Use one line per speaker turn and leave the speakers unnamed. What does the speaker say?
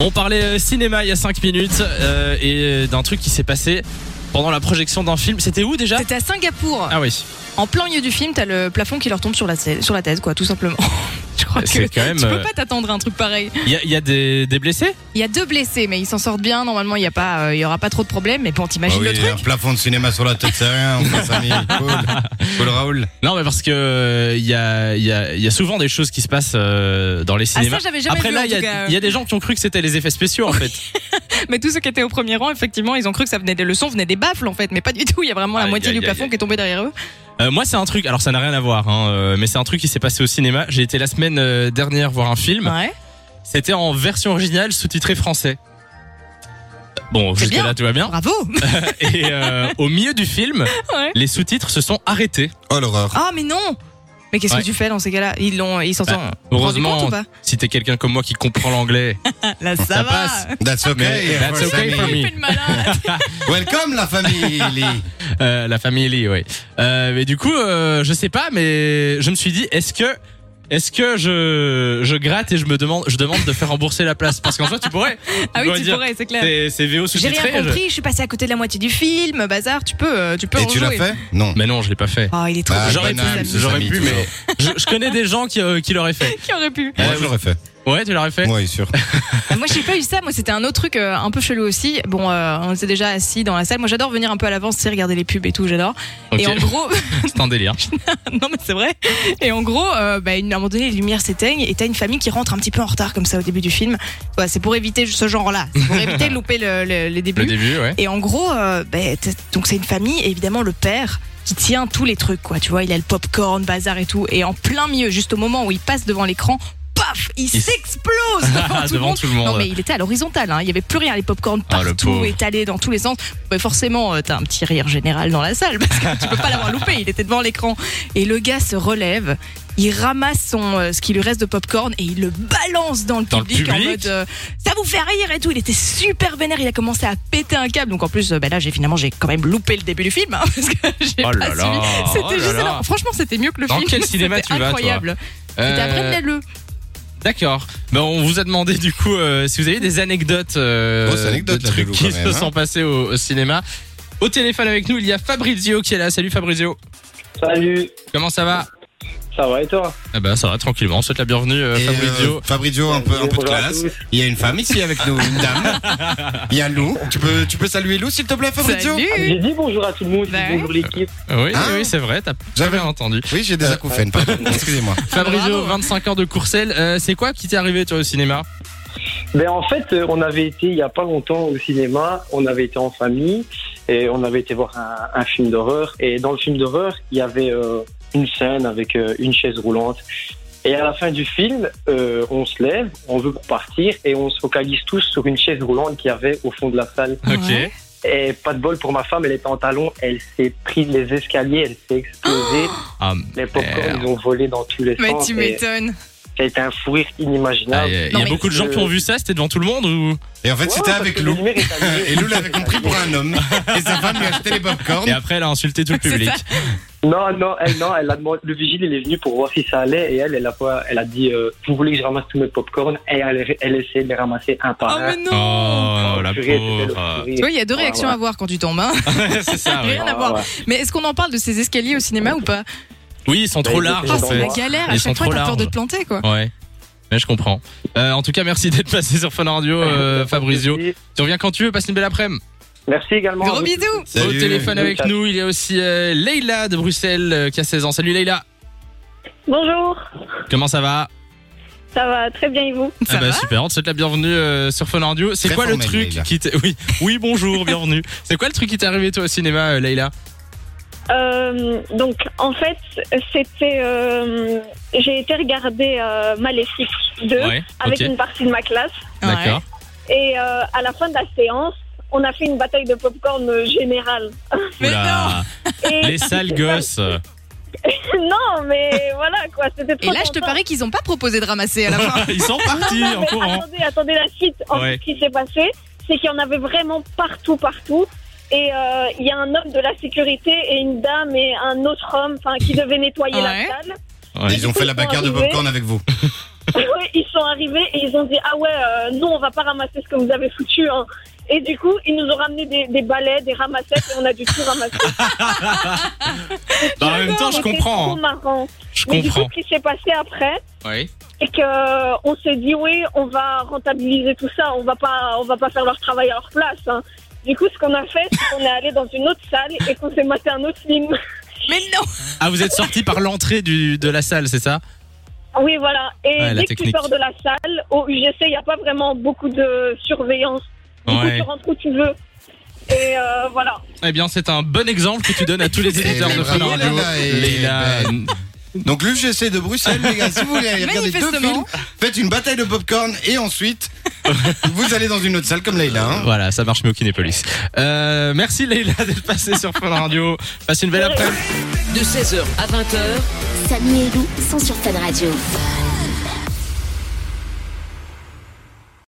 On parlait euh, cinéma il y a 5 minutes euh, et d'un truc qui s'est passé pendant la projection d'un film. C'était où déjà
C'était à Singapour.
Ah oui,
En plein milieu du film, t'as le plafond qui leur tombe sur la, tête- sur la tête, quoi, tout simplement. Je crois que
C'est quand même,
tu
euh,
peux pas t'attendre à un truc pareil.
il y a, il y a des, des blessés
Il y a deux blessés, mais ils s'en sortent bien. Normalement, il y a pas, euh, il y aura pas trop de problèmes. Mais bon,
Ah,
Bah
t'imagines
oui,
le truc.
euh,
un plafond de cinéma sur la tête, c'est rien, mon ami. Cool. Cool, Raoul.
Non mais parce que euh, il y, a, il y, a, il y a souvent des choses qui se passent euh, dans les
Ah
cinémas.
ça, j'avais jamais
Après
vu.
là,
en
il y,
tout cas,
a-
euh.
il y a des gens qui ont cru que c'était les effets spéciaux en fait.
Mais tous ceux qui étaient au premier rang, effectivement, ils ont cru que ça venait des leçons, venait des baffles en fait, mais pas du tout. Il y a vraiment la
Aïe,
moitié
aïe,
du
aïe,
plafond
aïe.
qui est tombée derrière eux.
Euh, moi c'est un truc, alors ça n'a rien à voir, hein, euh, mais c'est un truc qui s'est passé au cinéma. J'ai été la semaine euh, dernière voir un film.
Ouais.
C'était en version originale sous-titré français. Bon,
C'est
jusque là
bien.
tout va bien.
Bravo.
Et euh, au milieu du film,
Ouais.
les sous-titres se sont arrêtés.
Oh, l'horreur.
Ah mais non. Mais qu'est-ce
Ouais.
que tu fais dans ces cas-là Ils l'ont, ils s'en sont.
Bah,
rendus compte
heureusement,
ou pas
si t'es quelqu'un comme moi qui comprend l'anglais,
Là, ça,
ça
va.
passe.
That's okay.
Mais that's
for
okay
Samy.
for me.
Fais le malin, là.
Welcome, la famille.
euh, la famille, oui. Euh, mais du coup, euh, je sais pas, mais je me suis dit, est-ce que, est-ce que je, je gratte et je me demande, je demande de faire rembourser la place Parce qu'en soi, tu pourrais.
Ah oui,
pourrais
tu
dire,
pourrais, c'est clair.
C'est, c'est VO
J'ai
sous-titré.
rien
je-
compris, je suis passé à côté de la moitié du film, bazar, tu peux, euh, tu peux
Et
en
tu l'as
jouer.
fait Non.
Mais non, je l'ai pas fait.
Oh, il est trop
Bah,
gentil,
j'aurais
banal,
cet
pu,
ce
ami.
j'aurais
Samy,
pu,
toujours.
mais je, je connais des gens qui, euh, qui l'auraient fait.
Qui aurait pu Ah,
Moi, je l'aurais fait.
Eh Ouais, tu l'aurais fait.
Moi, sûr.
Moi, j'ai pas eu ça. Moi, c'était un autre truc euh, un peu chelou aussi. Bon, euh, on était déjà assis dans la salle. Moi, j'adore venir un peu à l'avance, tu sais, regarder les pubs et tout. J'adore.
Ok,
Et en gros,
c'est un délire.
non, mais c'est vrai. Et en gros, euh, bah, une- à un moment donné, les lumières s'éteignent et t'as une famille qui rentre un petit peu en retard comme ça au début du film. Voilà, c'est pour éviter ce genre-là. C'est pour éviter de louper le- le- les débuts.
Le début, ouais.
Et en gros, euh, ben, t'as- donc c'est une famille, et évidemment le père qui tient tous les trucs, quoi. Tu vois, il a le popcorn, bazar et tout. Et en plein milieu, juste au moment où il passe devant l'écran, paf, il
Il s-
s'explose devant tout le
Devant
monde.
tout le monde.
Non mais il était à l'horizontale, hein. il y avait plus rien, les popcorn
Ah, le
partout,
pauvre.
étalés dans tous les sens. Ben, forcément, euh, t'as un petit rire général dans la salle parce que tu peux pas l'avoir loupé. Il était devant l'écran et le gars se relève, il ramasse son euh, ce qui lui reste de popcorn et il le balance dans le
Dans le
public,
public
en mode euh, ça vous fait rire et tout. Il était super vénère, il a commencé à péter un câble. Donc en plus, euh, ben là j'ai finalement j'ai quand même loupé le début du film hein, parce que j'ai
Oh
pas
là
suivi.
là,
C'était
oh là
juste
là.
énorme. Franchement, c'était mieux que le
Dans
film.
quel cinéma
C'était
tu vas, toi
incroyable. C'était
Euh,
après le
D'accord. Ben on vous a demandé du coup euh, si vous avez des anecdotes, euh,
Grosse anecdote,
de
la
trucs
Belou,
qui
quand même,
se
hein.
sont passés au, au cinéma. Au téléphone avec nous, il y a Fabrizio qui est là. Salut Fabrizio.
Salut,
Comment ça va
ça va et toi
Ah ben ça va tranquillement. On souhaite la bienvenue euh,
Et, euh,
Fabrizio.
Fabrizio, un peu, un peu de
Bonjour à
classe.
tous.
Il y a une femme ici avec nous, une dame. Il y a Lou. Tu peux, tu peux saluer Lou, s'il te plaît, Fabrizio
Ah,
Salut.
J'ai dit bonjour à tout le monde,
Bah
j'ai dit bonjour l'équipe.
Euh, Oui,
Hein
oui, c'est vrai. T'as
J'avais-
bien entendu.
Oui, j'ai des acouphènes, pardon. Excusez-moi.
Fabrizio,
bravo.
25 ans de Courcelles. Euh, c'est quoi qui t'est arrivé toi au cinéma
Ben en fait, euh, on avait été il y a pas longtemps au cinéma, on avait été en famille et on avait été voir un, un film d'horreur. Et dans le film d'horreur, il y avait euh, une scène avec euh, une chaise roulante. Et à la fin du film, euh, on se lève, on veut partir et on se focalise tous sur une chaise roulante qu'il y avait au fond de la salle.
Ok.
Ouais.
Et pas de bol pour ma femme, elle était en talons, elle s'est prise les escaliers, elle s'est explosée.
Ah,
Les popcorn,
merde.
ils ont volé dans tous les
Oh, Mais
sens.
tu
et-
m'étonnes.
Ça a été un fou rire
Ah,
inimaginable.
Il y a- il y
Non,
a
mais-
beaucoup de gens qui ont vu ça. C'était devant tout le monde ou
Et en fait, c'était avec Lou. Et Lou l'avait compris pour un homme. Et sa femme lui a acheté les
Et
popcorns.
après elle a insulté tout le
C'est
public.
ça.
Non, non, elle, non, elle a demandé, le vigile, il est venu pour voir si ça allait, et elle, elle a, pas- elle a dit, euh, vous voulez que je ramasse tous mes popcorn, et elle, elle essayait de les ramasser un par
Oh
un.
mais non.
Oh la
Purée, c'était le
pauvre.
fou rire.
Tu vois, il y a deux
Ouais,
réactions
ouais.
à voir quand tu tombes. Hein.
c'est ça. Ouais.
Rien à voir.
Ouais,
Mais est-ce qu'on en parle de ces escaliers au cinéma ou pas
Oui, ils sont trop
Bah,
larges.
ils
Ah,
en
étaient
c'est
fait.
la
larges.
galère. À
Ils sont
chaque fois,
trop
t'as peur de
larges.
te planter, quoi.
Ouais. Mais je comprends. Euh, en tout cas, merci d'être passé sur Fun Radio, euh, Fabrizio.
Merci.
Tu reviens quand tu veux, passe une belle après-midi.
Merci également.
Gros
à vous tous.
bisous.
Au
Salut.
téléphone avec
Salut.
nous, il y a aussi euh, Leïla de Bruxelles euh, qui a 16 ans. Salut Leïla,
Bonjour,
comment ça va
ça va très bien et vous
Ça
Ah bah
va
super, on te souhaite la bienvenue euh, sur Fun Radio. C'est
Très
quoi le
formel,
truc
Leïla.
qui t'est Oui, oui, bonjour, bienvenue. C'est quoi le truc qui t'est arrivé toi au cinéma euh, Leïla
Euh, Donc en fait, c'était, euh, j'ai été regarder euh, Maléfique 2
OK.
avec une partie de ma classe
D'accord.
et euh, à la fin de la séance, on a fait une bataille de popcorn euh, générale.
Mais
Oula,
Et
les sales gosses.
non, mais voilà quoi, c'était
Et
trop.
là, je te
tentant.
parie qu'ils ont pas proposé de ramasser à la fin.
Ils sont partis en
Mais
courant.
attendez, attendez la suite. En
Ouais.
fait, ce qui s'est passé, c'est qu'il y en avait vraiment partout, partout. Et euh, il y a un homme de la sécurité et une dame et un autre homme, enfin, qui devait nettoyer
Ouais.
la salle.
Ouais.
Ils ont fait la bagarre de popcorn avec vous.
ils sont arrivés et ils ont dit ah ouais euh, non on va pas ramasser ce que vous avez foutu hein. et du coup ils nous ont ramené des, des balais des ramassettes et on a dû tout ramasser
Bah, en même temps, je
C'était
comprends. hein.
trop marrant
Je
mais du coup
comprends.
ce qui s'est passé après
Oui.
c'est que euh, on s'est dit oui on va rentabiliser tout ça on va pas on va pas faire leur travail à leur place hein. du coup ce qu'on a fait c'est qu'on est allé dans une autre salle et qu'on s'est maté un autre film
Mais non
Ah, vous êtes sorti par l'entrée du- de la salle, c'est ça
Oui, voilà. Et
Ouais, la
dès que tu
technique.
sors de la salle, au UGC, il n'y a pas vraiment beaucoup de surveillance. Du coup,
Ouais.
tu rentres où tu veux. Et euh, voilà.
Eh bien, c'est un bon exemple que tu donnes à tous les éditeurs
Eh
de euh,
ben,
Fun
bravo,
Radio.
Leïla et-
Leïla,
Donc l'UGC de Bruxelles, les gars, si vous voulez aller regarder deux
Manifestement.
films, faites une bataille de popcorn et ensuite vous allez dans une autre salle comme Leïla. hein.
Voilà, ça marche mieux au Kinépolis. Euh, merci Leïla d'être passée sur Fun Radio. Passez une belle après-midi.
De 16h à 20h,
Samy et Lou sont sur Fan Radio.